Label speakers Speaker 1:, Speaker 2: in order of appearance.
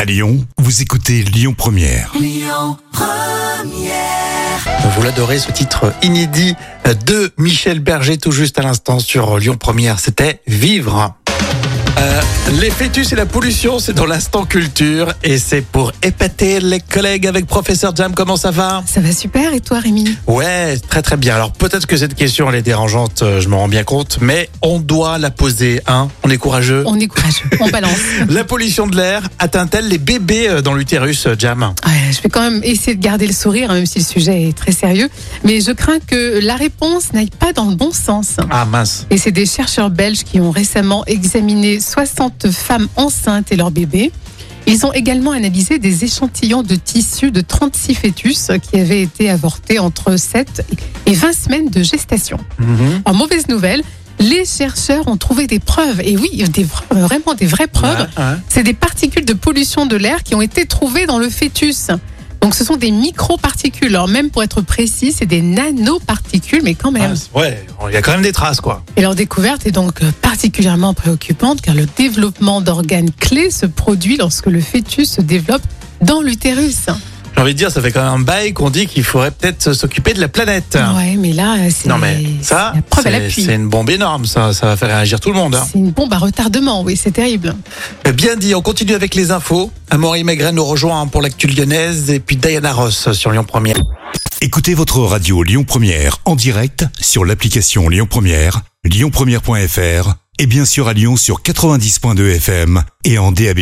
Speaker 1: À Lyon, vous écoutez Lyon Première.
Speaker 2: Vous l'adorez, ce titre inédit de Michel Berger, tout juste à l'instant sur Lyon Première. C'était Vivre. Euh, les fœtus et la pollution, c'est dans l'instant culture et c'est pour épater les collègues avec professeur Jam. Comment ça va
Speaker 3: Ça va super et toi Rémi
Speaker 2: Ouais, très très bien. Alors peut-être que cette question elle est dérangeante, euh, je m'en rends bien compte, mais on doit la poser. Hein on est courageux.
Speaker 3: On est courageux, on balance.
Speaker 2: La pollution de l'air atteint-elle les bébés euh, dans l'utérus, euh, Jam
Speaker 3: Ouais, je vais quand même essayer de garder le sourire, hein, même si le sujet est très sérieux. Mais je crains que la réponse n'aille pas dans le bon sens.
Speaker 2: Ah mince.
Speaker 3: Et c'est des chercheurs belges qui ont récemment examiné 60 femmes enceintes et leurs bébés. Ils ont également analysé des échantillons de tissus de 36 fœtus qui avaient été avortés entre 7 et 20 semaines de gestation.
Speaker 2: Mhm.
Speaker 3: En mauvaise nouvelle, les chercheurs ont trouvé des preuves, et oui, des vra- vraiment des vraies preuves.
Speaker 2: Ouais, ouais.
Speaker 3: C'est des particules de pollution de l'air qui ont été trouvées dans le fœtus. Donc ce sont des microparticules. Alors même pour être précis, c'est des nanoparticules, mais quand même.
Speaker 2: Ah, ouais, il y a quand même des traces quoi.
Speaker 3: Et leur découverte est donc euh, particulièrement préoccupante car le développement d'organes clés se produit lorsque le fœtus se développe dans l'utérus.
Speaker 2: J'ai envie de dire, ça fait quand même un bail qu'on dit qu'il faudrait peut-être s'occuper de la planète.
Speaker 3: Ouais, mais là, euh, c'est
Speaker 2: Non mais ça,
Speaker 3: c'est la preuve à
Speaker 2: c'est
Speaker 3: l'appui.
Speaker 2: c'est une bombe énorme, ça, ça va faire réagir tout le monde. hein.
Speaker 3: C'est une bombe à retardement, oui, c'est terrible.
Speaker 2: Bien dit, on continue avec les infos. Amaury Maigret nous rejoint pour l'actu lyonnaise et puis Diana Ross sur Lyon Première.
Speaker 1: Écoutez votre radio Lyon Première en direct sur l'application Lyon Première, lyonpremière.fr et bien sûr à Lyon sur 90.2 FM et en DAB+.